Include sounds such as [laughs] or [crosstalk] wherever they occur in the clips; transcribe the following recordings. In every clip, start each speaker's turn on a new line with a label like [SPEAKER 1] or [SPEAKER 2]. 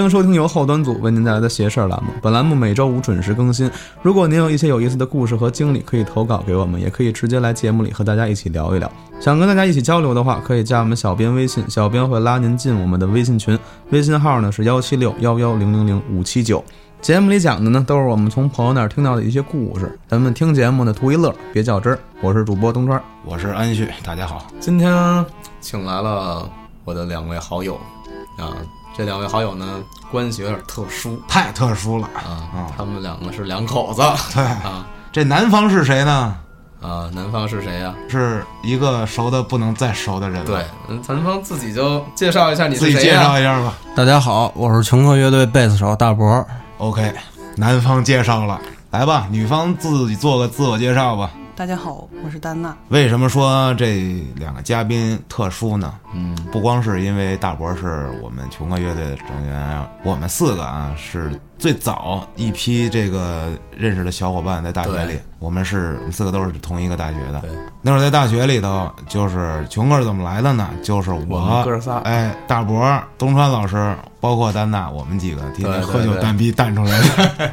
[SPEAKER 1] 迎收听由后端组为您带来的“邪事儿”栏目。本栏目每周五准时更新。如果您有一些有意思的故事和经历，可以投稿给我们，也可以直接来节目里和大家一起聊一聊。想跟大家一起交流的话，可以加我们小编微信，小编会拉您进我们的微信群，微信号呢是幺七六幺幺零零零五七九。节目里讲的呢，都是我们从朋友那儿听到的一些故事，咱们听节目呢图一乐，别较真儿。我是主播东川，
[SPEAKER 2] 我是安旭，大家好。
[SPEAKER 1] 今天请来了我的两位好友啊，这两位好友呢关系有点特殊
[SPEAKER 2] 太特殊了，
[SPEAKER 1] 啊
[SPEAKER 2] 啊，
[SPEAKER 1] 他们两个是两口子
[SPEAKER 2] 对
[SPEAKER 1] 啊
[SPEAKER 2] 这南方是谁呢？
[SPEAKER 1] 啊，南方是谁呀、
[SPEAKER 2] 是一个熟的不能再熟的人了。
[SPEAKER 1] 对，嗯南方自己就介绍一下你
[SPEAKER 2] 自
[SPEAKER 1] 是
[SPEAKER 2] 己
[SPEAKER 1] 谁
[SPEAKER 2] 介
[SPEAKER 1] 呀、
[SPEAKER 2] 绍一下吧。
[SPEAKER 3] 大家好，我是琼克乐队贝斯手大博。
[SPEAKER 2] OK，南方介绍了，来吧，女方自己做个自我介绍吧。
[SPEAKER 4] 大家好，我是丹娜。
[SPEAKER 2] 为什么说这两个嘉宾特殊呢？嗯，不光是因为大伯是我们琼克乐队的成员，我们四个啊是最早一批这个认识的小伙伴在大学里
[SPEAKER 1] 对，
[SPEAKER 2] 我们是我们四个都是同一个大学的
[SPEAKER 1] 对。
[SPEAKER 2] 那会儿在大学里头，就是琼克是怎么来的呢？就是
[SPEAKER 1] 我们
[SPEAKER 2] 我
[SPEAKER 1] 哥仨
[SPEAKER 2] 哎，大伯、东川老师，包括丹娜，我们几个
[SPEAKER 1] 对
[SPEAKER 2] 天天
[SPEAKER 1] 对
[SPEAKER 2] 喝酒
[SPEAKER 1] 对
[SPEAKER 2] 蛋逼蛋出来的。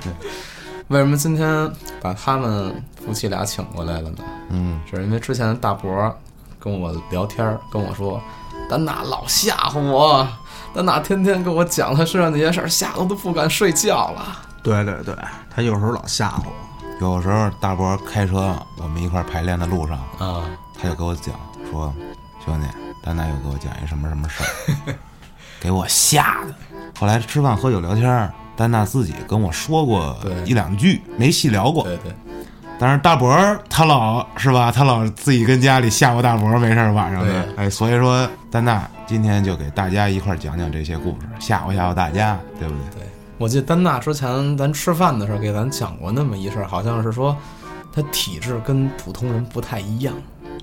[SPEAKER 1] 为什么今天把他们夫妻俩请过来了呢？
[SPEAKER 2] 嗯，
[SPEAKER 1] 是因为之前大伯跟我聊天儿，跟我说，丹娜老吓唬我，丹娜天天跟我讲她身上那些事儿，吓得我都不敢睡觉了。
[SPEAKER 3] 对对对，他有时候老吓唬我。
[SPEAKER 2] 有时候大伯开车，我们一块儿排练的路上，
[SPEAKER 1] 啊，
[SPEAKER 2] 他就给我讲说，兄弟，丹丹又给我讲一什么什么事儿，给我吓的。后来吃饭喝酒聊天儿，丹娜自己跟我说过
[SPEAKER 1] 对
[SPEAKER 2] 一两句，没细聊过。
[SPEAKER 1] 对对，
[SPEAKER 2] 但是大伯儿他老是吧，他老自己跟家里吓唬大伯儿，没事儿晚上的。哎，所以说丹娜今天就给大家一块儿讲讲这些故事，吓唬吓唬大家，对不对？
[SPEAKER 1] 我记得丹娜之前咱吃饭的时候给咱讲过那么一事儿，好像是说她体质跟普通人不太一样，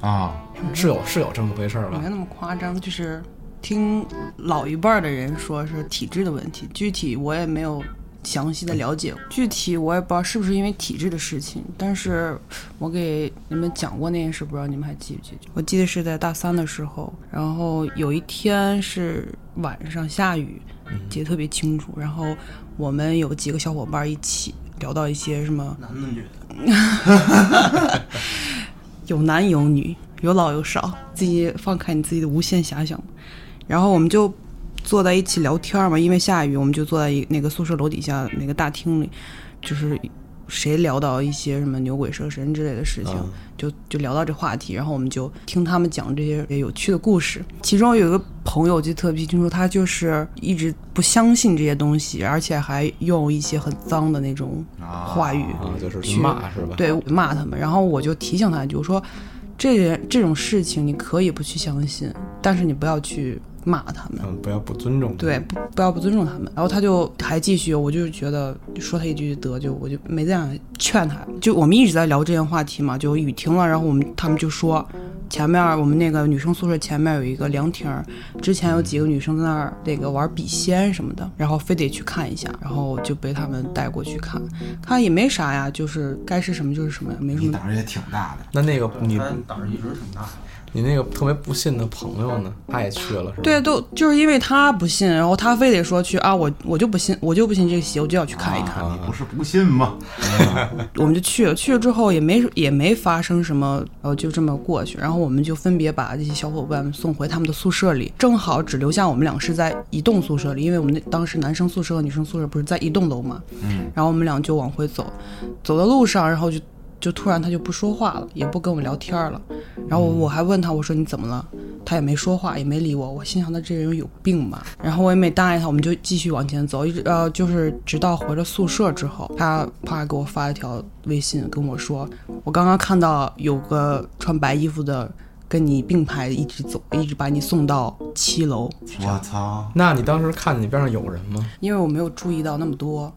[SPEAKER 2] 啊、
[SPEAKER 4] 嗯
[SPEAKER 1] 是有是有这么回事儿吧啊
[SPEAKER 4] 没？那么夸张，就是听老一辈儿的人说是体质的问题，具体我也没有详细的了解，
[SPEAKER 1] 嗯
[SPEAKER 4] 具体我也不知道是不是因为体质的事情。但是我给你们讲过那件事，不知道你们还记不记得？我记得是在大三的时候，然后有一天是晚上下雨，
[SPEAKER 1] 嗯
[SPEAKER 4] 记得特别清楚。然后我们有几个小伙伴一起聊到一些什么男的女的，有男有女，有老有少，自己放开你自己的无限遐想。然后我们就坐在一起聊天嘛，因为下雨，我们就坐在一那个宿舍楼底下那个大厅里，就是谁聊到一些什么牛鬼蛇神之类的事情，就就聊到这话题，然后我们就听他们讲这些有趣的故事。其中有一个朋友我记得特别清楚，他就是一直不相信这些东西，而且还用一些很脏的那种话语，
[SPEAKER 3] 嗯
[SPEAKER 1] 啊，就是
[SPEAKER 4] 去
[SPEAKER 1] 骂是吧？
[SPEAKER 4] 对骂他们，然后我就提醒他一句，我说这人这种事情你可以不去相信，但是你不要去骂他们。
[SPEAKER 1] 嗯，不要不尊重。
[SPEAKER 4] 对，，不不要不尊重他们。然后他就还继续，我就觉得说他一句得，就我就没再想劝他。就我们一直在聊这件话题嘛，就雨停了，然后我们他们就说，前面我们那个女生宿舍前面有一个凉亭儿，之前有几个女生在那儿那个玩笔仙什么的，然后非得去看一下，然后就被他们带过去看，看也没啥呀，就是该是什么就是什么呀，没什
[SPEAKER 2] 你
[SPEAKER 4] 么。
[SPEAKER 2] 胆儿也挺大的。
[SPEAKER 1] 那那个你
[SPEAKER 3] 胆儿一直挺大。
[SPEAKER 1] 你那个特别不信的朋友呢，他也去了是吧？
[SPEAKER 4] 对，都就是因为他不信，然后他非得说去啊，我我就不信，我就不信这个邪，我就要去看一看。
[SPEAKER 2] 你不是不信吗？
[SPEAKER 4] 我们就去了，去了之后也没也没发生什么，呃，就这么过去。然后我们就分别把这些小伙伴们送回他们的宿舍里，正好只留下我们俩是在一栋宿舍里，因为我们那当时男生宿舍和女生宿舍不是在一栋楼嘛。嗯。然后我们俩就往回走，走的路上，然后就就突然他就不说话了，也不跟我们聊天了。然后我我还问他，我说你怎么了？他也没说话，也没理我。我心想他这人有病吧。然后我也没搭理他，我们就继续往前走，一直呃，就是直到回了宿舍之后，他啪给我发了一条微信跟我说，我刚刚看到有个穿白衣服的跟你并排一直走，一直把你送到七楼，
[SPEAKER 2] 我操！
[SPEAKER 1] 那你当时看你边上有人吗？
[SPEAKER 4] 因为我没有注意到那么多。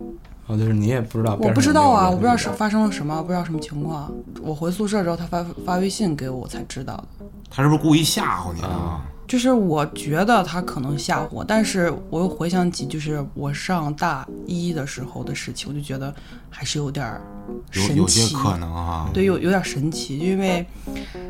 [SPEAKER 1] 啊，就是你也不知道边上有没有人，
[SPEAKER 4] 我不知道啊，我不知道是发生了什么，不知道什么情况。我回宿舍之后，他发发微信给我，我才知道的。
[SPEAKER 2] 他是不是故意吓唬你呢？啊
[SPEAKER 4] 就是我觉得他可能吓唬我，但是我又回想起就是我上大一的时候的事情，我就觉得还是有点儿
[SPEAKER 2] 有
[SPEAKER 4] 神
[SPEAKER 2] 有
[SPEAKER 4] 奇。
[SPEAKER 2] 些可能啊哈、
[SPEAKER 4] 对，有有点神奇，因为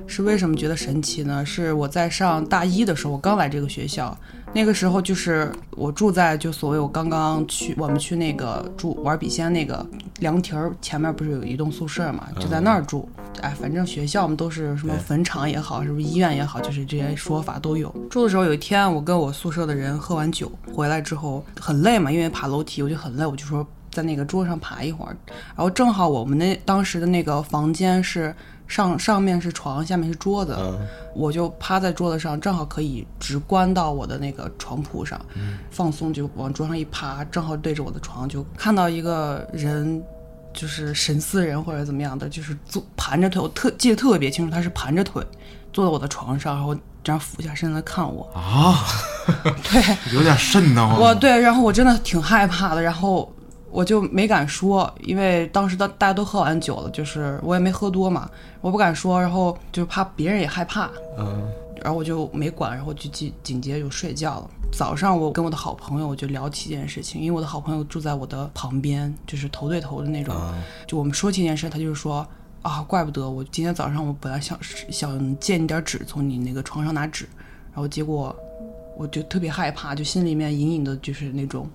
[SPEAKER 4] 是为什么觉得神奇呢？是我在上大一的时候，我刚来这个学校，那个时候就是我住在就所谓我刚刚去我们去那个住玩笔仙那个凉亭儿前面，不是有一栋宿舍嘛，就在那儿住。哎，反正学校我们都是什么坟场也好，什么医院也好，就是这些说法都有。住的时候有一天，我跟我宿舍的人喝完酒回来之后很累嘛，因为爬楼梯我就很累，我就说。在那个桌上爬一会儿，然后正好我们那当时的那个房间是上上面是床，下面是桌子，我就趴在桌子上，正好可以直观到我的那个床铺上，放松就往桌上一趴，正好对着我的床，就看到一个人。就是神似人或者怎么样的，就是坐盘着腿，我特记得特别清楚，他是盘着腿坐在我的床上，然后这样俯下身来看我。
[SPEAKER 2] 啊，
[SPEAKER 4] 对，
[SPEAKER 2] 有点瘆得慌。
[SPEAKER 4] 我对，然后我真的挺害怕的，然后我就没敢说，因为当时大大家都喝完酒了，就是我也没喝多嘛，我不敢说，然后就怕别人也害怕，
[SPEAKER 5] 嗯，
[SPEAKER 4] 然后我就没管，然后就紧紧接着就睡觉了。早上我跟我的好朋友我就聊起这件事情，因为我的好朋友住在我的旁边，就是头对头的那种，就我们说起这件事，他就是说。啊，怪不得我今天早上我本来想想借你点纸，从你那个床上拿纸，然后结果我就特别害怕，就心里面隐隐的就是那种，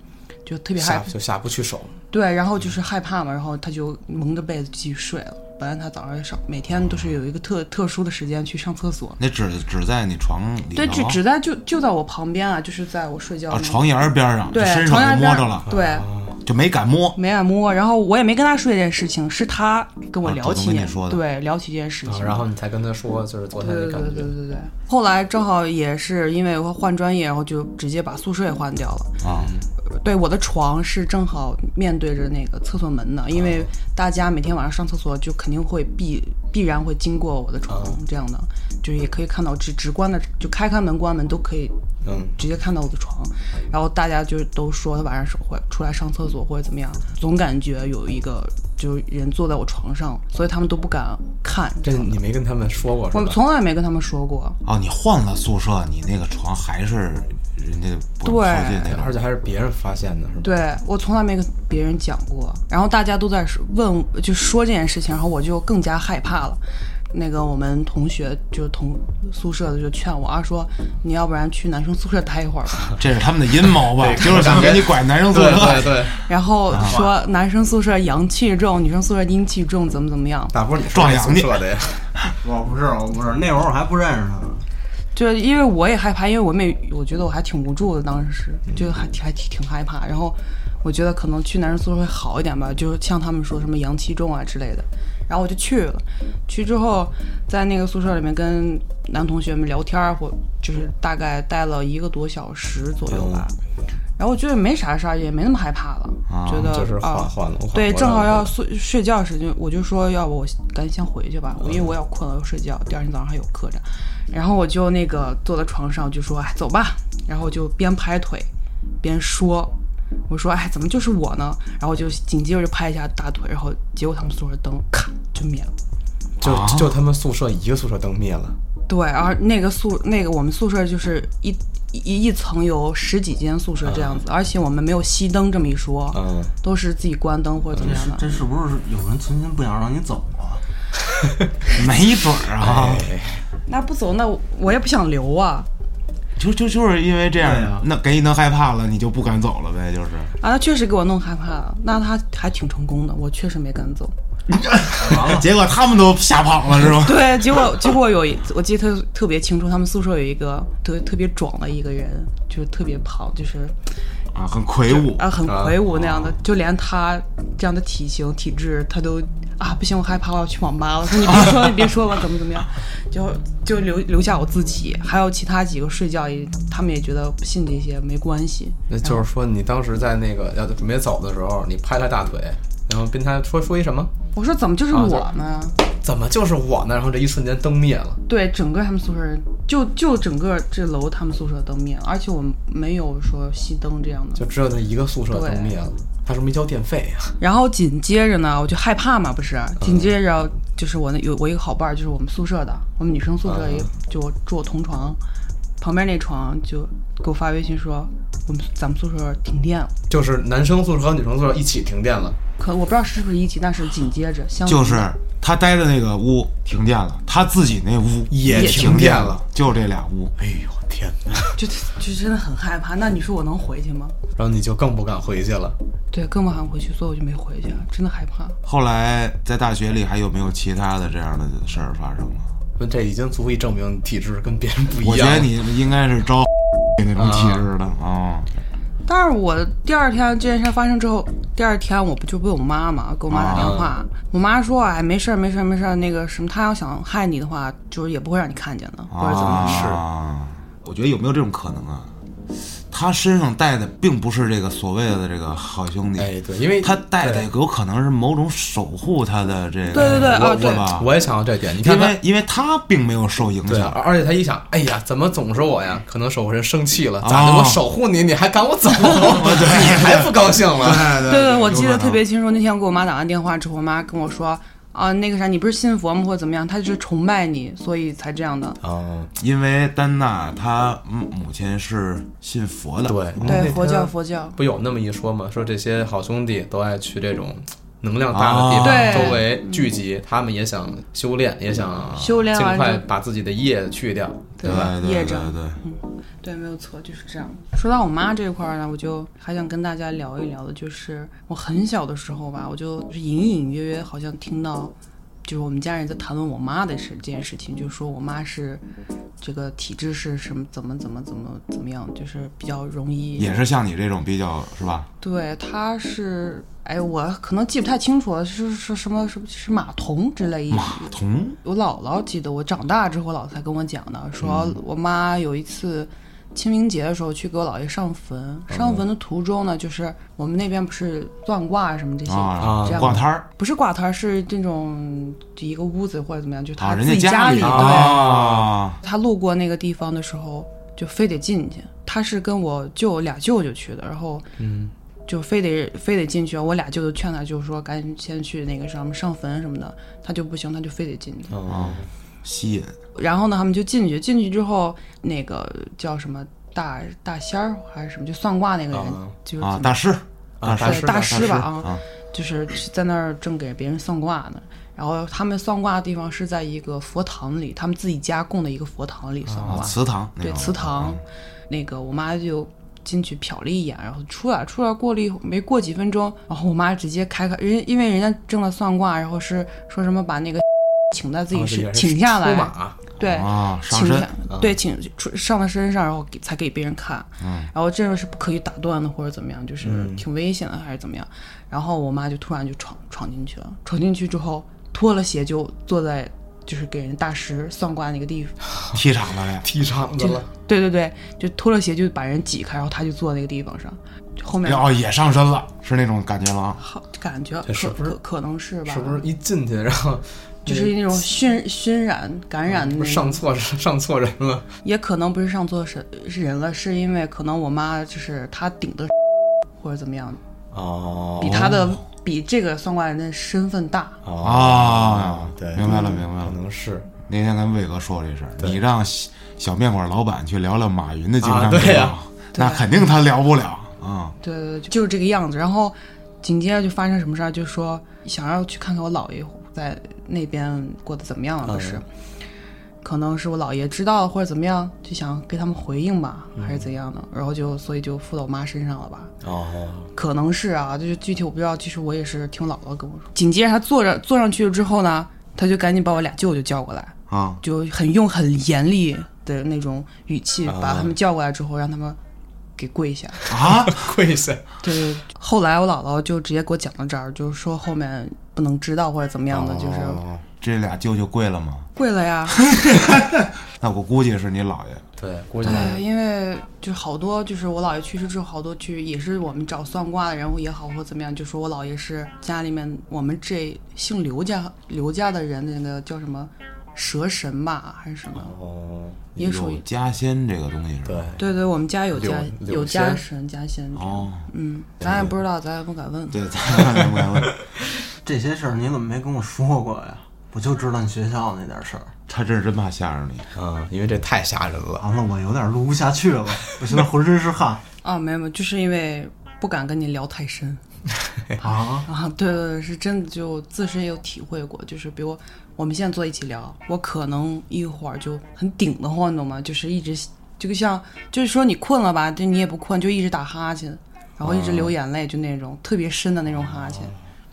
[SPEAKER 4] 就特别害
[SPEAKER 5] 下
[SPEAKER 4] 怕，
[SPEAKER 5] 就下不去手，
[SPEAKER 4] 对，然后就是害怕嘛，然后他就蒙着被子继续睡了。本来他早上上每天都是有一个特特殊的时间去上厕所，
[SPEAKER 2] 那纸纸在你床里头
[SPEAKER 4] 对，只只在就就在我旁边啊，就是在我睡觉
[SPEAKER 2] 啊
[SPEAKER 4] 那个
[SPEAKER 2] 床沿儿边上，
[SPEAKER 4] 对
[SPEAKER 2] 就伸手
[SPEAKER 4] 床沿
[SPEAKER 2] 就
[SPEAKER 4] 儿
[SPEAKER 2] 摸
[SPEAKER 4] 边
[SPEAKER 2] 着
[SPEAKER 4] 儿
[SPEAKER 2] 了，
[SPEAKER 4] 对，
[SPEAKER 2] 就没敢摸。
[SPEAKER 4] 没敢摸，然后我也没跟他说这件事情，是他跟我
[SPEAKER 2] 啊
[SPEAKER 4] 聊
[SPEAKER 2] 主动
[SPEAKER 4] 起
[SPEAKER 2] 跟
[SPEAKER 4] 这
[SPEAKER 2] 你说的
[SPEAKER 4] 对聊起这件事
[SPEAKER 5] 啊
[SPEAKER 4] 情，
[SPEAKER 5] 然后你才跟他说，就是昨天
[SPEAKER 4] 对
[SPEAKER 5] 的
[SPEAKER 4] 对
[SPEAKER 5] 感
[SPEAKER 4] 对
[SPEAKER 5] 觉
[SPEAKER 4] 对。对对。后来正好也是因为我换专业，然后就直接把宿舍也换掉了。
[SPEAKER 2] 啊，
[SPEAKER 4] 对，我的床是正好面对着那个厕所门的，因为大家每天晚上上厕所就肯定会必必然会经过我的床，这样的就是也可以看到直直观的，就开开门关门都可以
[SPEAKER 5] 嗯，
[SPEAKER 4] 直接看到我的床。然后大家就都说他晚上是会出来上厕所或者怎么样，总感觉有一个就是人坐在我床上，所以他们都不敢看。
[SPEAKER 5] 这
[SPEAKER 4] 样的
[SPEAKER 5] 你没跟他们说过
[SPEAKER 4] 我
[SPEAKER 5] 是吧？
[SPEAKER 4] 从来没跟他们说过，
[SPEAKER 2] 哦，你换了宿舍，你那个床还是人家不
[SPEAKER 4] 对
[SPEAKER 2] 靠近那种
[SPEAKER 5] 而且还是别人发现的，是吧？
[SPEAKER 4] 对我从来没跟别人讲过，然后大家都在说问，就说这件事情，然后我就更加害怕了。那个我们同学就是同宿舍的就劝我啊，说你要不然去男生宿舍待一会儿吧。
[SPEAKER 2] 这是他们的阴谋吧？就是想给你拐男生宿
[SPEAKER 5] 对
[SPEAKER 2] 舍。
[SPEAKER 5] 对对，
[SPEAKER 4] 然后说男生宿舍阳气重，女生宿舍阴气重，怎么怎么样？
[SPEAKER 5] 大波你
[SPEAKER 2] 壮阳去
[SPEAKER 5] 说的呀？
[SPEAKER 6] 我不是，我不是，那会儿我还不认识他呢。
[SPEAKER 4] 就是因为我也害怕，因为我没，我觉得我还挺无助的，当时就
[SPEAKER 5] 嗯
[SPEAKER 4] 还挺还挺挺害怕。然后我觉得可能去男生宿舍会好一点吧，就是像他们说什么阳气重啊之类的。然后我就去了，去之后在那个宿舍里面跟男同学们聊天儿，或就是大概待了一个多小时左右吧。
[SPEAKER 5] 嗯
[SPEAKER 4] 然后我觉得没啥事儿，也没那么害怕了，觉得
[SPEAKER 5] 就是
[SPEAKER 4] 啊
[SPEAKER 5] 换换了，
[SPEAKER 4] 对，
[SPEAKER 5] 换
[SPEAKER 4] 正好
[SPEAKER 5] 了
[SPEAKER 4] 要睡睡觉时间，我就说要不我赶紧先回去吧，因为我要困了，我要睡觉，第二天早上还有课着。然后我就那个坐在床上就说，哎，走吧。然后我就边拍腿边说，我说，哎，怎么就是我呢？然后我就紧接着就拍一下大腿，然后结果他们宿舍灯咔就灭了。
[SPEAKER 2] 啊
[SPEAKER 5] 就就他们宿舍一个宿舍灯灭了，
[SPEAKER 4] 对，而那个宿那个我们宿舍就是一一一层有十几间宿舍这样子，而且我们没有熄灯这么一说，
[SPEAKER 5] 嗯，
[SPEAKER 4] 都是自己关灯或者怎么
[SPEAKER 6] 这
[SPEAKER 4] 样
[SPEAKER 6] 是
[SPEAKER 4] 的。
[SPEAKER 6] 这是不是有人存心不想让你走 [laughs] 啊？
[SPEAKER 2] 没准
[SPEAKER 6] 哎
[SPEAKER 2] 儿啊，
[SPEAKER 4] 那不走，那我我也不想留啊。
[SPEAKER 2] 就就就是因为这样，
[SPEAKER 6] 哎对啊
[SPEAKER 2] 那给你弄害怕了，你就不敢走了呗，就是。
[SPEAKER 4] 啊，他确实给我弄害怕了。那他还挺成功的，我确实没敢走。 [laughs]
[SPEAKER 2] 结果他们都吓跑了是吗？
[SPEAKER 4] 对，结果结果有一，我记得特特别清楚，他们宿舍有一个特特别壮的一个人，就是特别胖，就是
[SPEAKER 2] 啊，很魁梧。
[SPEAKER 4] 啊很魁梧那样的，就连他这样的体型体质，他都啊不行，我害怕，我要去网吧了。说你别说了，你别说了，怎么怎么样，就就留留下我自己，还有其他几个睡觉也，他们也觉得不信这些没关系。
[SPEAKER 5] 那就是说你当时在那个要准备走的时候，你拍他大腿，然后跟他说说一什么？
[SPEAKER 4] 我说怎么就是
[SPEAKER 5] 啊
[SPEAKER 4] 我呢？
[SPEAKER 5] 怎么就是我呢？然后这一瞬间灯灭了，
[SPEAKER 4] 对，整个他们宿舍人，就就整个这楼他们宿舍灯灭了，而且我们没有说熄灯这样的。
[SPEAKER 5] 就只有那一个宿舍灯灭了，他是没交电费啊 [laughs] 呀、
[SPEAKER 4] 然后紧接着呢，我就害怕嘛，不是？
[SPEAKER 2] 嗯
[SPEAKER 4] 紧接着
[SPEAKER 2] 嗯
[SPEAKER 4] 就是我那有我一个好伴儿，就是我们宿舍的，我们女生宿舍也就住我同床，旁边那床就给我发微信说，我们咱们宿舍停电了。
[SPEAKER 1] 就是男生宿舍和女生宿舍一起停电了，
[SPEAKER 4] 可我不知道是不是一起，但是紧接着相
[SPEAKER 2] 就是
[SPEAKER 4] 同的
[SPEAKER 2] 他待的那个屋停电了，他自己那屋
[SPEAKER 1] 也停
[SPEAKER 2] 停
[SPEAKER 1] 电
[SPEAKER 2] 了，
[SPEAKER 1] 了
[SPEAKER 2] 就这俩屋。
[SPEAKER 1] 哎呦天哪！
[SPEAKER 4] 就就真的很害怕。那你说我能回去吗？
[SPEAKER 1] 然后你就更不敢回去了。
[SPEAKER 4] 对，更不敢回去，所以我就没回去，真的害怕。
[SPEAKER 2] 后来在大学里还有没有其他的这样的事儿发生了？
[SPEAKER 1] 那这已经足以证明你体质跟别人不一样。
[SPEAKER 2] 我觉得你应该是招那种体质的啊。
[SPEAKER 4] 但是我第二天这件事发生之后，第二天我不就被我妈嘛给我妈打电话，
[SPEAKER 2] 啊
[SPEAKER 4] 我妈说哎没事儿没事儿没事儿，那个什么她要想害你的话，就是也不会让你看见的，或者怎么
[SPEAKER 1] 是
[SPEAKER 2] 啊，我觉得有没有这种可能啊？他身上带的并不是这个所谓的这个好兄弟，
[SPEAKER 1] 哎，对，因为
[SPEAKER 2] 他带的
[SPEAKER 1] 对
[SPEAKER 2] 有可能是某种守护他的这个，
[SPEAKER 4] 对对对啊
[SPEAKER 2] 是吧？
[SPEAKER 1] 我也想到这点。你看
[SPEAKER 2] 因
[SPEAKER 1] 他
[SPEAKER 2] 为，因为他并没有受影
[SPEAKER 1] 对，
[SPEAKER 2] 响，
[SPEAKER 1] 而而且他一想，哎呀，怎么总是我呀？可能守护神生气了，咋的？
[SPEAKER 2] 哦
[SPEAKER 1] 我守护你，你还赶我 [laughs] 走，你还不高兴了？啊
[SPEAKER 2] 对
[SPEAKER 4] 对对，我记得
[SPEAKER 2] 有
[SPEAKER 4] 特。
[SPEAKER 2] 可能
[SPEAKER 4] 别清楚。那天给我妈打完电话之后，我妈跟我说。啊，那个啥，你不是信佛吗，或者怎么样？她就是崇拜你，所以才这样的。
[SPEAKER 1] 哦，
[SPEAKER 2] 因为丹娜她嗯母亲是信佛的，
[SPEAKER 1] 对
[SPEAKER 2] 嗯
[SPEAKER 4] 对，佛教，佛教。
[SPEAKER 1] 不有那么一说吗？说这些好兄弟都爱去这种能量大的
[SPEAKER 2] 哦
[SPEAKER 1] 地
[SPEAKER 4] 对
[SPEAKER 1] 方周围聚集，他们也想修炼，也想
[SPEAKER 4] 修炼啊
[SPEAKER 1] 尽
[SPEAKER 4] 完
[SPEAKER 1] 快
[SPEAKER 4] 之后
[SPEAKER 1] 把自己的业去掉。
[SPEAKER 4] 对
[SPEAKER 2] 对对
[SPEAKER 4] 业
[SPEAKER 2] 对
[SPEAKER 4] 障
[SPEAKER 2] 对对，
[SPEAKER 4] 对，没有错，就是这样。说到我妈这一块儿呢，我就还想跟大家聊一聊的，就是我很小的时候吧，我就隐隐约约好像听到，就是我们家人在谈论我妈的事这件事情，就说我妈是这个体质是什么，怎么怎么怎么怎么样，就是比较容易
[SPEAKER 2] 也是像你这种比较是吧？
[SPEAKER 4] 对，他是，哎，我可能记不太清楚了，是是什么什么是马童之类一
[SPEAKER 2] 同
[SPEAKER 4] 我姥姥记得我长大之后，姥姥才跟我讲的，说
[SPEAKER 2] 嗯
[SPEAKER 4] 我妈有一次清明节的时候去给我姥爷上
[SPEAKER 2] 哦
[SPEAKER 4] 坟，上坟的途中呢，就是我们那边不是断挂什么这些，
[SPEAKER 2] 啊
[SPEAKER 4] 这样
[SPEAKER 2] 挂摊儿
[SPEAKER 4] 不是挂摊儿，是这种一个屋子或者怎么样，就
[SPEAKER 2] 啊，
[SPEAKER 4] 他
[SPEAKER 2] 人
[SPEAKER 4] 自己
[SPEAKER 2] 家
[SPEAKER 4] 里，
[SPEAKER 2] 里
[SPEAKER 4] 对，
[SPEAKER 2] 啊，
[SPEAKER 4] 他路过那个地方的时候就非得进去，他是跟我舅俩舅舅去的，然后
[SPEAKER 1] 嗯，
[SPEAKER 4] 就非得非得进去，我俩舅舅劝他，就说赶紧先去那个什么上坟什么的，他就不行，他就非得进去。
[SPEAKER 1] 哦，
[SPEAKER 2] 吸引
[SPEAKER 4] 然后呢，他们就进去，进去之后，那个叫什么大大仙儿还是什么，就算卦那个人，
[SPEAKER 1] 啊
[SPEAKER 4] 就是
[SPEAKER 2] 啊，
[SPEAKER 4] 怎么
[SPEAKER 2] 大师
[SPEAKER 1] 啊
[SPEAKER 2] 大
[SPEAKER 4] 对大
[SPEAKER 2] 师
[SPEAKER 4] 师吧
[SPEAKER 2] 啊，
[SPEAKER 4] 就是在那儿正给别人算卦呢。然后他们算卦的地方是在一个佛堂里，他们自己家供的一个佛堂里算卦。
[SPEAKER 2] 啊祠堂那啊
[SPEAKER 4] 对，
[SPEAKER 2] 种
[SPEAKER 4] 祠堂，那个我妈就进去瞟了一眼，然后出来，出来过了一会没过几分钟，然后我妈直接开开，人因为人家正在算卦，然后是说什么把那个 [laughs] 请在自己
[SPEAKER 1] 啊
[SPEAKER 4] 身、
[SPEAKER 1] 这也是
[SPEAKER 4] 请下
[SPEAKER 1] 出
[SPEAKER 4] 来，
[SPEAKER 1] 马
[SPEAKER 4] 对，
[SPEAKER 2] 啊，上
[SPEAKER 4] 请下
[SPEAKER 2] 身
[SPEAKER 4] 对，请出上到身上，然后给才给别人看，
[SPEAKER 1] 嗯
[SPEAKER 4] 然后这个是不可以打断的，或者怎么样，就是挺危险的，还是怎么样？然后我妈就突然就闯闯进去了，闯进去之后脱了鞋就坐在就是给人大师算卦那个地方。
[SPEAKER 2] 踢场子嘞，
[SPEAKER 1] 踢场子了，
[SPEAKER 4] 对对对，就脱了鞋就把人挤开，然后他就坐那个地方上，后面
[SPEAKER 2] 然后哦也上身了，是那种感觉了啊。
[SPEAKER 4] 好感觉
[SPEAKER 1] 这是
[SPEAKER 4] 可
[SPEAKER 1] 不是
[SPEAKER 4] 可可能是吧？
[SPEAKER 1] 是不是一进去然后
[SPEAKER 4] 就是嗯那种熏熏染感染的
[SPEAKER 1] 嗯不
[SPEAKER 4] 那
[SPEAKER 1] 是
[SPEAKER 4] 种
[SPEAKER 1] 上？错上错人了？
[SPEAKER 4] 也可能不是上错神是人了，是因为可能我妈就是她顶的 [laughs] 或者怎么样，
[SPEAKER 1] 哦
[SPEAKER 4] 比她的、比这个算卦人的身份大。
[SPEAKER 2] 啊
[SPEAKER 1] 对，嗯
[SPEAKER 2] 明白了明白
[SPEAKER 1] 可
[SPEAKER 2] 了
[SPEAKER 1] 能是
[SPEAKER 2] 那天跟伟哥说这事儿，你让小小面馆老板去聊聊马云的经商
[SPEAKER 1] 啊
[SPEAKER 2] 之
[SPEAKER 1] 对
[SPEAKER 2] 道，
[SPEAKER 1] 呀
[SPEAKER 2] 那
[SPEAKER 4] 对
[SPEAKER 2] 肯定他聊不了啊。
[SPEAKER 4] 对对对，就是这个样子。然后紧接着就发生什么事儿，就说想要去看看我姥爷在那边过得怎么样了，不是？可能是我姥爷知道了或者怎么样，就想给他们回应吧，还是怎样的？然后就所以就附到我妈身上了吧？
[SPEAKER 1] 哦，
[SPEAKER 4] 可能是啊，就是具体我不知道。其实我也是听姥姥跟我说。紧接着他坐着坐上去了之后呢，他就赶紧把我俩舅舅叫过来，
[SPEAKER 2] 啊，
[SPEAKER 4] 就很用很严厉的那种语气
[SPEAKER 1] 啊
[SPEAKER 4] 把他们叫过来之后，让他们给跪下。
[SPEAKER 1] [laughs]
[SPEAKER 2] 啊
[SPEAKER 1] 跪下
[SPEAKER 4] 对，后来我姥姥就直接给我讲到这儿，就是说后面不能知道或者怎么样的，就是
[SPEAKER 2] 哦这俩舅舅跪了吗？
[SPEAKER 4] 跪了呀。
[SPEAKER 2] 那我估计是你姥爷。
[SPEAKER 1] 对，估计
[SPEAKER 4] 对，因为就是好多就是我姥爷去世之后，好多去也是我们找算卦的人也好或怎么样，就说我姥爷是家里面我们这姓刘家刘家的人的那个叫什么蛇神吧，还是什么？
[SPEAKER 1] 哦，
[SPEAKER 4] 也
[SPEAKER 2] 有
[SPEAKER 4] 属于
[SPEAKER 2] 家仙这个东西是
[SPEAKER 1] 对
[SPEAKER 2] 吧？，
[SPEAKER 4] 对对，我们家有家
[SPEAKER 1] 柳
[SPEAKER 4] 有家
[SPEAKER 1] 柳仙
[SPEAKER 4] 神家仙，
[SPEAKER 2] 哦，
[SPEAKER 4] 嗯，咱也不知道，咱也不敢问。
[SPEAKER 2] 对，咱们
[SPEAKER 6] 这些事儿你怎么没跟我说过呀？不我就知道你学校那点事儿。
[SPEAKER 2] [laughs] 他这是真怕吓着你。
[SPEAKER 1] 嗯，因为这太吓人了。
[SPEAKER 6] 完了，我有点录不下去 [laughs] 了，我现在浑身是 [laughs] 汗
[SPEAKER 4] 啊，没有没有，就是因为不敢跟你聊太深
[SPEAKER 6] 啊！
[SPEAKER 4] 啊。对对对，是真的，就自身也有体会过，就是比如我们现在坐一起聊，我可能一会儿就很顶得慌，你懂吗？就是一直就像就是说你困了吧，就你也不困，就一直打哈欠，然后一直
[SPEAKER 2] 哦
[SPEAKER 4] 流眼泪，就那种特别深的那种哈欠。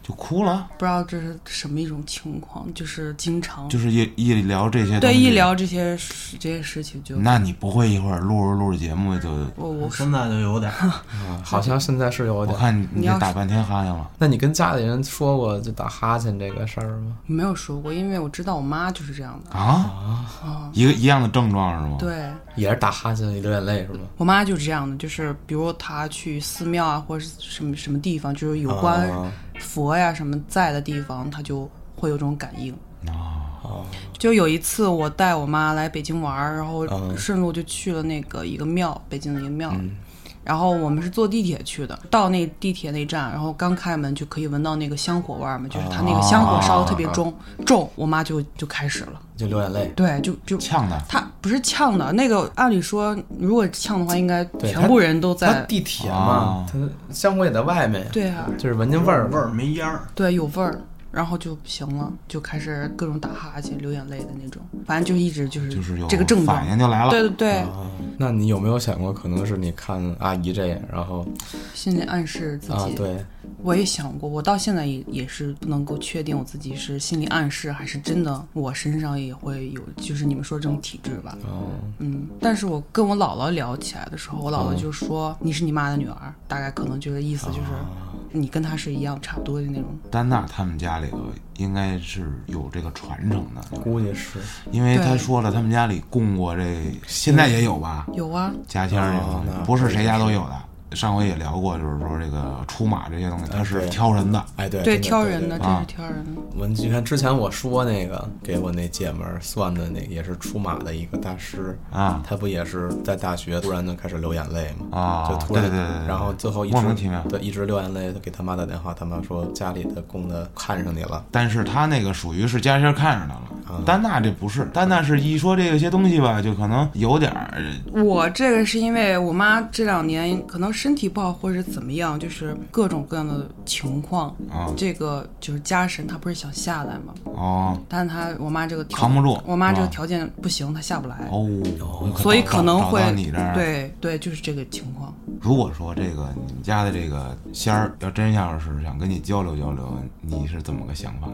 [SPEAKER 2] 就哭了，
[SPEAKER 4] 不知道这是什么一种情况，就是经常
[SPEAKER 2] 就是一一聊这些，
[SPEAKER 4] 对一，聊这些事这些事情就
[SPEAKER 2] 那你不会一会儿录着录着节目就，
[SPEAKER 4] 我
[SPEAKER 6] 我
[SPEAKER 4] 我
[SPEAKER 6] 现在就有点儿，
[SPEAKER 4] 嗯
[SPEAKER 1] 好像现在是有
[SPEAKER 2] 我
[SPEAKER 1] 点。
[SPEAKER 2] 看你
[SPEAKER 4] 你
[SPEAKER 2] 你
[SPEAKER 4] 要
[SPEAKER 2] 这
[SPEAKER 4] 是
[SPEAKER 2] 打半天哈欠了，
[SPEAKER 1] 那你跟家里人说过就打哈欠这个事儿吗？
[SPEAKER 4] 没有说过，因为我知道我妈就是这样的。
[SPEAKER 2] 啊，一个一样的症状是吗？
[SPEAKER 4] 对
[SPEAKER 1] 也是打哈欠流眼泪是吗？
[SPEAKER 4] 我妈就是这样的，就是比如她去寺庙啊，或者是什么什么地方，就是有关
[SPEAKER 1] 啊
[SPEAKER 4] 佛呀、什么在的地方，她就会有这种感应。
[SPEAKER 2] 啊，
[SPEAKER 4] 就有一次我带我妈来北京玩儿，然后顺路就去了那个一个庙，北京的一个庙。然后我们是坐地铁去的，到那地铁那站，然后刚开门就可以闻到那个香火味儿嘛，就是它那个香火烧的特别重重，我妈就就开始了，
[SPEAKER 1] 就流眼泪。
[SPEAKER 4] 对，就就
[SPEAKER 2] 呛的，
[SPEAKER 4] 他不是呛的，那个按理说，如果呛的话，应该
[SPEAKER 1] 对
[SPEAKER 4] 全部人都
[SPEAKER 1] 它
[SPEAKER 4] 在。
[SPEAKER 1] 地铁嘛
[SPEAKER 2] 啊，
[SPEAKER 1] 它香火也在外面呀，
[SPEAKER 4] 对啊，
[SPEAKER 1] 就是闻见味儿
[SPEAKER 6] 味。儿没烟儿。
[SPEAKER 4] 对，啊有味儿，然后就行了，就开始各种打哈欠、流眼泪的那种，反正就一直就是
[SPEAKER 2] 就是有
[SPEAKER 4] 这个症状
[SPEAKER 2] 反。应就啊来了，
[SPEAKER 4] 对对对，
[SPEAKER 1] 那你有没有想过，可能是你看阿姨这样，然后
[SPEAKER 4] 心里暗示自己。
[SPEAKER 1] 啊，对，
[SPEAKER 4] 我也想过，我到现在也也是不能够确定我自己是心理暗示还是真的，我身上也会有，就是你们说这种体质吧。嗯，但是我跟我姥姥聊起来的时候，我
[SPEAKER 2] 嗯
[SPEAKER 4] 姥姥就说、你是你妈的女儿，大概可能就是意思就是、
[SPEAKER 2] 啊
[SPEAKER 4] 你跟她是一样差不多的那种。
[SPEAKER 2] 丹娜他们家里头应该是有这个传承的，
[SPEAKER 1] 估计是
[SPEAKER 2] 因为他
[SPEAKER 4] 对
[SPEAKER 2] 说了，他们家里供过这，现在也有吧，
[SPEAKER 4] 有啊，
[SPEAKER 2] 家乡也
[SPEAKER 1] 哦那
[SPEAKER 2] 有，不是谁家都有的。上回也聊过，就是说这个出马这些东西，它是
[SPEAKER 1] 对
[SPEAKER 2] 挑人的，啊
[SPEAKER 1] 哎，对，
[SPEAKER 4] 对，
[SPEAKER 1] 真
[SPEAKER 4] 挑人
[SPEAKER 1] 对
[SPEAKER 4] 的，
[SPEAKER 1] 对
[SPEAKER 4] 真是挑人的。
[SPEAKER 1] 我你看之前我说那个给我那姐们儿算的那个也是出马的一个大师
[SPEAKER 2] 啊
[SPEAKER 1] 他不也是在大学突然就开始流眼泪嘛
[SPEAKER 2] 啊
[SPEAKER 1] 就突然
[SPEAKER 2] 对对对对
[SPEAKER 1] 然后最后一直
[SPEAKER 2] 莫名其妙
[SPEAKER 1] 对一直流眼泪，给他妈打电话，他妈说家里的供的看上你了，
[SPEAKER 2] 但是他那个属于是家乡看上的
[SPEAKER 1] 啊
[SPEAKER 2] 了。丹娜这不是，丹娜是一说这些东西吧，就可能有点儿
[SPEAKER 4] 我这个是因为我妈这两年可能身体不好或者怎么样，就是各种各样的情况。
[SPEAKER 2] 啊
[SPEAKER 4] 这个就是家神，她不是想下来吗？
[SPEAKER 2] 哦
[SPEAKER 4] 但她我妈这个条
[SPEAKER 2] 扛不住
[SPEAKER 4] 我妈这个
[SPEAKER 2] 是吧
[SPEAKER 4] 条件不行，她下不来，
[SPEAKER 2] 哦，
[SPEAKER 4] 所以可能
[SPEAKER 2] 找
[SPEAKER 4] 会
[SPEAKER 2] 到你这儿。，
[SPEAKER 4] 对对，就是这个情况。
[SPEAKER 2] 如果说这个你们家的这个仙儿要真要是想跟你交流交流，你是怎么个想法呢？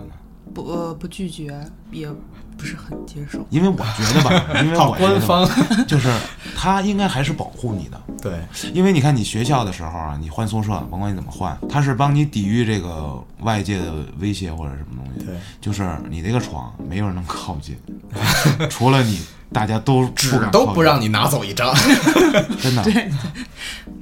[SPEAKER 4] 不呃不拒绝，也不是很接受。
[SPEAKER 2] 因为我觉得
[SPEAKER 1] [laughs]
[SPEAKER 2] 吧，因为我觉
[SPEAKER 1] 官
[SPEAKER 2] 得
[SPEAKER 1] 方
[SPEAKER 2] 吧就是他应该还是保护你的，
[SPEAKER 1] 对，
[SPEAKER 2] 因为你看你学校的时候啊，你换宿舍，甭管你怎么换，它是帮你抵御这个外界的威胁或者什么东西。
[SPEAKER 1] 对，
[SPEAKER 2] 就是你那个床没有人能靠近， [laughs] 除了你，大家都
[SPEAKER 1] 纸
[SPEAKER 2] 敢
[SPEAKER 1] 都
[SPEAKER 2] 靠
[SPEAKER 1] 不
[SPEAKER 2] 近
[SPEAKER 1] 让你拿走一张，
[SPEAKER 2] 真的，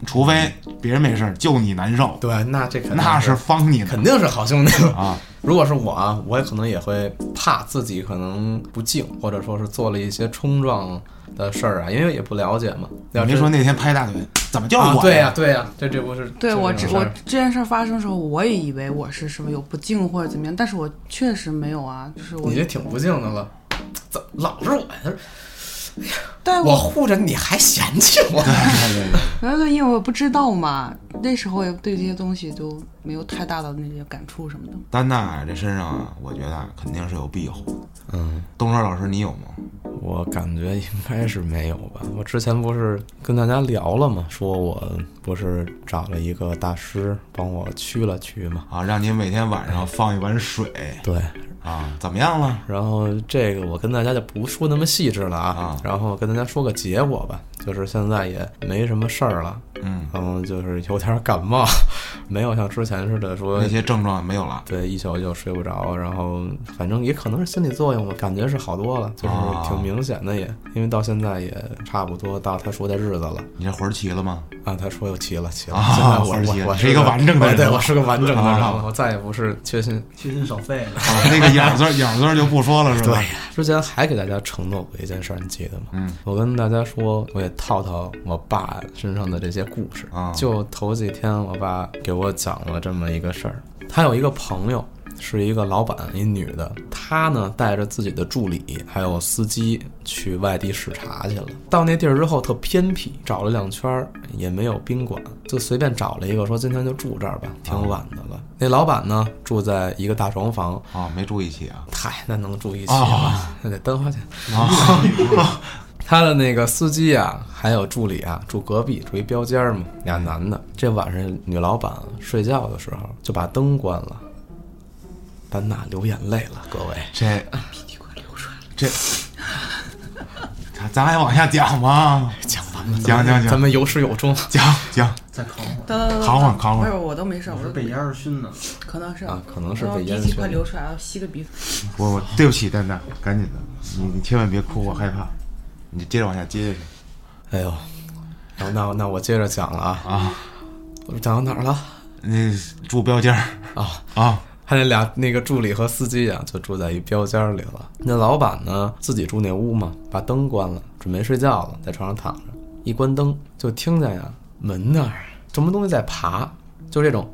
[SPEAKER 2] 除非别人没事儿，就你难受，
[SPEAKER 1] 对，那这肯定
[SPEAKER 2] 那是帮你的
[SPEAKER 1] 肯定是好兄弟了
[SPEAKER 2] [laughs] 啊。
[SPEAKER 1] 如果是我啊，我也可能也会怕自己可能不敬，或者说是做了一些冲撞的事儿啊，因为也不了解嘛。
[SPEAKER 2] 你
[SPEAKER 1] 要
[SPEAKER 2] 别
[SPEAKER 1] 是
[SPEAKER 2] 说那天拍大腿，怎么就是
[SPEAKER 1] 啊，
[SPEAKER 2] 我呀？
[SPEAKER 1] 对呀、对呀、这这不是
[SPEAKER 4] 对我
[SPEAKER 1] 这
[SPEAKER 4] 这
[SPEAKER 1] 种
[SPEAKER 4] 我
[SPEAKER 1] 事儿
[SPEAKER 4] 这件事儿发生的时候，我也以为我是什么有不敬或者怎么样，但是我确实没有啊，就是我
[SPEAKER 1] 你这挺不敬的了，怎么老是我哎呀？
[SPEAKER 4] 对
[SPEAKER 1] 我护着你还嫌弃
[SPEAKER 2] [laughs]
[SPEAKER 1] 我？
[SPEAKER 4] 然后呃因为我不知道嘛，那时候也对这些东西就没有太大的那些感触什么的。
[SPEAKER 2] 丹娜这身上啊，我觉得啊肯定是有庇护的。
[SPEAKER 1] 嗯，
[SPEAKER 2] 东升老师，你有吗？
[SPEAKER 1] 我感觉应该是没有吧。我之前不是跟大家聊了嘛，说我不是找了一个大师帮我驱了驱嘛。
[SPEAKER 2] 啊，让你每天
[SPEAKER 1] 哎
[SPEAKER 2] 晚上放一碗水
[SPEAKER 1] 对，
[SPEAKER 2] 啊，怎么样了？
[SPEAKER 1] 然后这个我跟大家就不说那么细致了啊，
[SPEAKER 2] 啊
[SPEAKER 1] 然后跟大家说个结果吧，就是现在也没什么事儿了，
[SPEAKER 2] 嗯，
[SPEAKER 1] 然后就是有点感冒， [laughs] 没有像之前似的说
[SPEAKER 2] 那些症状没有了。
[SPEAKER 1] 对一宿就睡不着，然后反正也可能是心理作用吧，感觉是好多了，就是
[SPEAKER 2] 啊
[SPEAKER 1] 挺明显的也，因为到现在也差不多到他说的日子了
[SPEAKER 2] 你这魂儿齐了吗？
[SPEAKER 1] 啊，他说又齐了齐了，
[SPEAKER 2] 啊
[SPEAKER 1] 现在
[SPEAKER 2] 魂儿齐
[SPEAKER 1] 我我
[SPEAKER 2] 了
[SPEAKER 1] 我
[SPEAKER 2] 是一个完整的人
[SPEAKER 1] 对
[SPEAKER 2] 了
[SPEAKER 1] 我是个完整的
[SPEAKER 2] 啊
[SPEAKER 1] 人了，我再也不是缺心
[SPEAKER 6] 缺心少肺了，
[SPEAKER 2] 啊，那个眼字儿眼字儿就不说了，是吧？
[SPEAKER 1] 呀，之前还给大家承诺过一件事儿，你记得吗？
[SPEAKER 2] 嗯，
[SPEAKER 1] 我跟大家说，我也套套我爸身上的这些故事
[SPEAKER 2] 啊
[SPEAKER 1] 就头几天，我爸给我讲了这么一个事儿，他有一个朋友。是一个老板，一女的，她呢带着自己的助理还有司机去外地视察去了。到那地儿之后特偏僻，找了两圈儿也没有宾馆，就随便找了一个说今天就住这儿吧，挺晚的了。那老板呢住在一个大床房，
[SPEAKER 2] 哦，没住一起啊，
[SPEAKER 1] 嗨，那能住一起吗？那得单花钱。啊 [laughs] 他的那个司机啊，还有助理啊，住隔壁，住一标间儿嘛，俩男的。这晚上女老板睡觉的时候就把灯关了，班纳流眼泪了，各位。
[SPEAKER 2] 这屁股流出来了，这，咱咱还往下讲吗？
[SPEAKER 1] 讲完了，
[SPEAKER 2] 讲讲讲
[SPEAKER 1] 咱们有始有终。
[SPEAKER 2] 讲讲，
[SPEAKER 6] 再烤会儿。
[SPEAKER 4] 等等等
[SPEAKER 2] 扛会儿扛会
[SPEAKER 4] 不
[SPEAKER 2] 儿
[SPEAKER 4] 是，我都没事，
[SPEAKER 6] 我
[SPEAKER 4] 我
[SPEAKER 6] 是
[SPEAKER 4] 都
[SPEAKER 6] 被烟儿熏的，
[SPEAKER 4] 可能是
[SPEAKER 1] 啊可能是被
[SPEAKER 4] 我
[SPEAKER 1] 烟
[SPEAKER 4] 鼻涕
[SPEAKER 1] 熏
[SPEAKER 4] 快流出来了，吸个鼻子。
[SPEAKER 2] 我我对不起蛋蛋，赶紧的，你你千万别哭，我害怕。你接着往下接下去
[SPEAKER 1] 哎呦，那那那我接着讲了啊，
[SPEAKER 2] 啊！
[SPEAKER 1] 我讲到哪儿了？
[SPEAKER 2] 那住标间儿
[SPEAKER 1] 啊
[SPEAKER 2] 啊，
[SPEAKER 1] 他那俩那个助理和司机啊，就住在一标间里了。那老板呢，自己住那屋嘛，把灯关了，准备睡觉了，在床上躺着，一关灯就听见呀，门那儿什么东西在爬，就这种，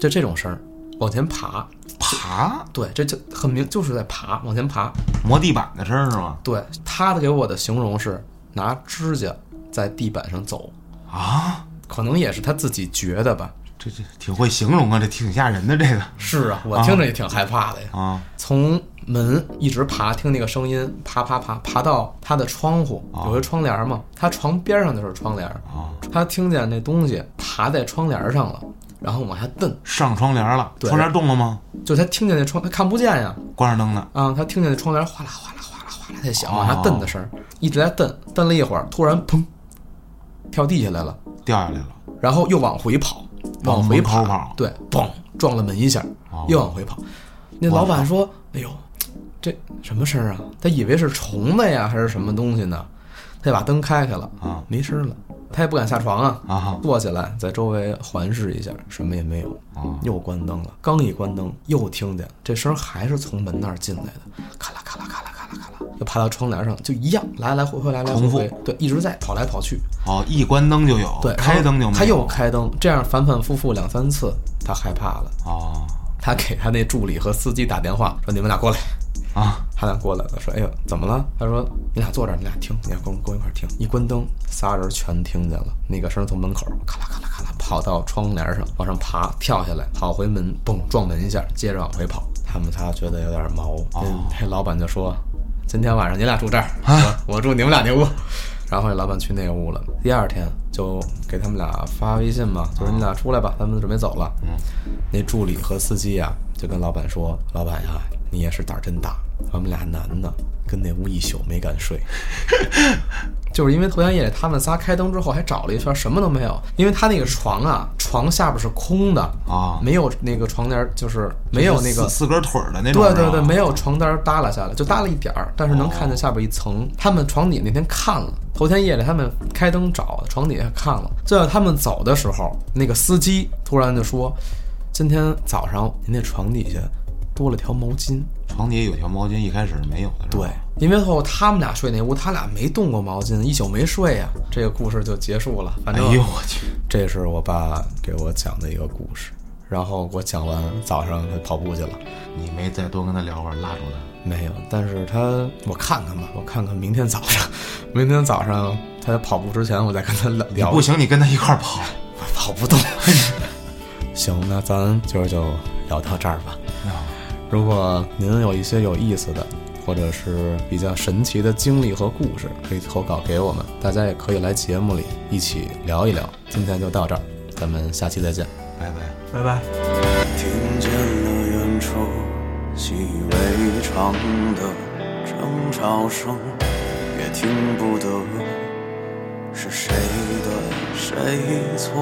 [SPEAKER 1] 就这种声儿，往前爬。
[SPEAKER 2] 爬
[SPEAKER 1] 对，这就很明，就是在爬，往前爬。
[SPEAKER 2] 磨地板的声儿是吗？
[SPEAKER 1] 对，他给我的形容是拿指甲在地板上走，
[SPEAKER 2] 啊，
[SPEAKER 1] 可能也是他自己觉得吧。
[SPEAKER 2] 这这挺会形容啊，这挺吓人的这个
[SPEAKER 1] 是啊，我听着也挺害怕的呀。
[SPEAKER 2] 啊
[SPEAKER 1] 从门一直爬，听那个声音，爬爬爬，爬到他的窗户，
[SPEAKER 2] 啊
[SPEAKER 1] 有一窗帘嘛，他床边上就是窗帘，
[SPEAKER 2] 啊，
[SPEAKER 1] 他听见那东西爬在窗帘上了，然后往下蹬，
[SPEAKER 2] 上窗帘了，
[SPEAKER 1] 对
[SPEAKER 2] 窗帘动了吗？
[SPEAKER 1] 就他听见那窗，他看不见呀，
[SPEAKER 2] 关上灯了，
[SPEAKER 1] 啊，他听见那窗帘哗啦哗啦哗啦哗啦在响，
[SPEAKER 2] 哦
[SPEAKER 1] 往下蹬的声儿，一直在蹬，蹬了一会儿，突然砰，跳地下来了，
[SPEAKER 2] 掉下来了。
[SPEAKER 1] 然后又往回跑，
[SPEAKER 2] 往
[SPEAKER 1] 往回
[SPEAKER 2] 门口
[SPEAKER 1] 跑，
[SPEAKER 2] 跑
[SPEAKER 1] 对，嘣撞了门一下，
[SPEAKER 2] 哦
[SPEAKER 1] 又往回跑。那老板说：“哎呦，这什么声儿啊？他以为是虫子呀，还是什么东西呢？他就把灯开开了，
[SPEAKER 2] 啊
[SPEAKER 1] 没声儿了。他也不敢下床啊，
[SPEAKER 2] 啊
[SPEAKER 1] 坐起来在周围环视一下，什么也没有。
[SPEAKER 2] 啊
[SPEAKER 1] 又关灯了，刚一关灯，又听见这声儿还是从门那儿进来的，咔啦咔啦咔啦咔啦咔啦，又爬到窗帘上，就一样，来来回回，来来回
[SPEAKER 2] 重复
[SPEAKER 1] 回，对，一直在跑来跑去。
[SPEAKER 2] 哦，一关灯就有，
[SPEAKER 1] 对，
[SPEAKER 2] 开灯就没有。
[SPEAKER 1] 他又开灯，这样反反复复两三次，他害怕了。
[SPEAKER 2] 哦
[SPEAKER 1] 他给他那助理和司机打电话，说你们俩过来。
[SPEAKER 2] 啊
[SPEAKER 1] 他俩过来了，说哎呦怎么了？他说你俩坐这儿，你俩听，你俩跟我跟我一块儿听。一关灯，仨人全听见了，那个声从门口咔啦咔啦咔啦跑到窗帘上，往上爬，跳下来，跑回门，嘣撞门一下，接着往回跑。他们仨觉得有点毛，那、那老板就说今天晚上你俩住这儿，我我住你们俩那屋。然后那老板去那屋了。第二天就给他们俩发微信嘛，就说你俩出来吧，他们准备走了。嗯，那助理和司机呀、啊就跟老板说：“老板呀、啊你也是胆儿真大，我们俩男的跟那屋一宿没敢睡。” [laughs] 就是因为头天夜里他们仨开灯之后还找了一圈，什么都没有。因为他那个床啊，床下边是空的
[SPEAKER 2] 啊
[SPEAKER 1] 没有那个床帘，就是没有那个
[SPEAKER 2] 四四根腿儿的那种是
[SPEAKER 1] 对对
[SPEAKER 2] 吧。
[SPEAKER 1] 对，没有床单耷拉下来，就耷拉一点儿，但是能看见下边一
[SPEAKER 2] 哦
[SPEAKER 1] 层。他们床底那天看了，头天夜里他们开灯找，床底下看了。就在他们走的时候，那个司机突然就说：“今天早上您那床底下多了条毛巾。”
[SPEAKER 2] 床底下有条毛巾，一开始是没有的。是吧
[SPEAKER 1] 对，，因为后他们俩睡那屋，他俩没动过毛巾，一宿没睡呀、这个故事就结束了。反
[SPEAKER 2] 哎
[SPEAKER 1] 正
[SPEAKER 2] 呦我去，
[SPEAKER 1] 这是我爸给我讲的一个故事。然后我讲完，早上他跑步去了。
[SPEAKER 2] 你没再多跟他聊会儿，拉住他。
[SPEAKER 1] 没有，但是他我看看吧，我看看明天早 [laughs] 上，明天早上他跑步之前，我再跟他聊
[SPEAKER 2] 你
[SPEAKER 1] 聊。
[SPEAKER 2] 不行，你跟他一块儿跑。 [laughs]
[SPEAKER 1] 我跑不动。 [laughs] 行，那咱今儿就聊到这儿吧。
[SPEAKER 2] 哦
[SPEAKER 1] 如果您有一些有意思的，或者是比较神奇的经历和故事，可以投稿给我们，大家也可以来节目里一起聊一聊。今天就到这儿，咱们下期再见。
[SPEAKER 2] 拜拜。
[SPEAKER 6] 拜拜。
[SPEAKER 3] 听见了远处习以为常的争吵声，也听不得是谁对谁错。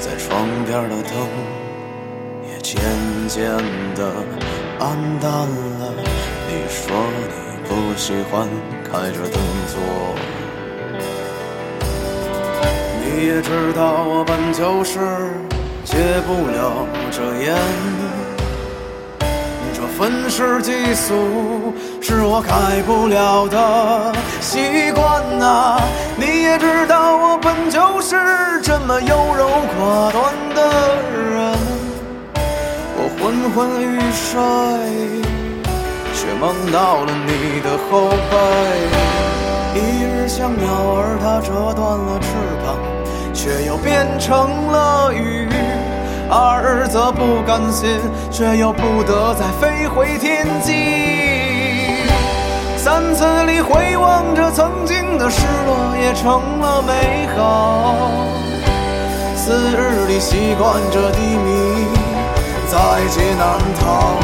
[SPEAKER 3] 在窗边的灯也渐渐的暗淡了。你说你不喜欢开着灯坐。你也知道我本就是戒不了这烟，这愤世嫉俗是我改不了的习惯呐、你也知道我本就是这么优柔寡断的人，我昏欲睡，却梦到了你的后背。一日像鸟儿，它折断了翅膀，却又变成了鱼；二日则不甘心，却又不得再飞回天际。三次里回望着曾经的失落，也成了美好。四日里习惯着低迷，在劫难逃。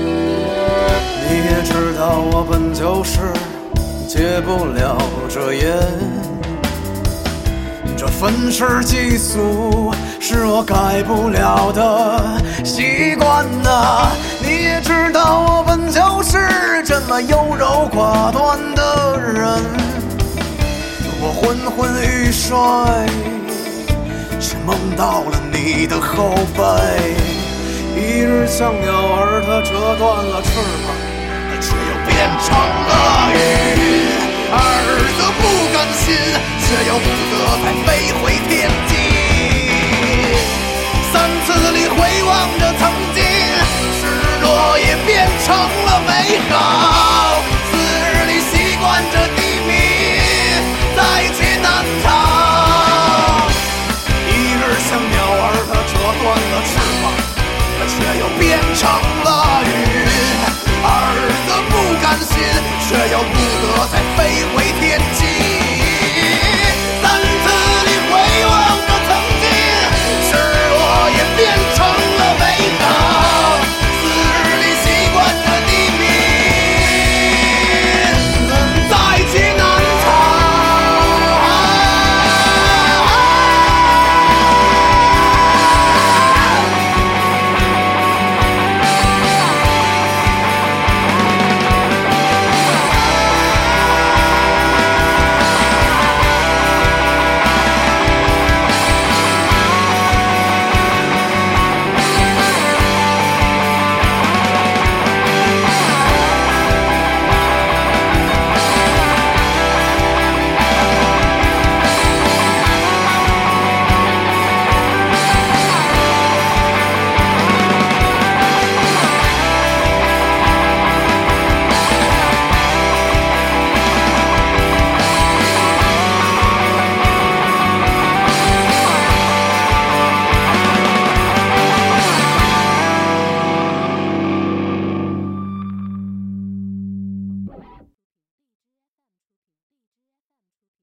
[SPEAKER 3] 你也知道我本就是戒不了这烟，这愤世嫉俗是我改不了的习惯呐、你也知道我本就是这么优柔寡断的人，我昏昏欲睡，却梦到了你的后背。一日像鸟儿，它折断了翅膀，却又变成了鱼；二日则不甘心，却又不得再飞回天际。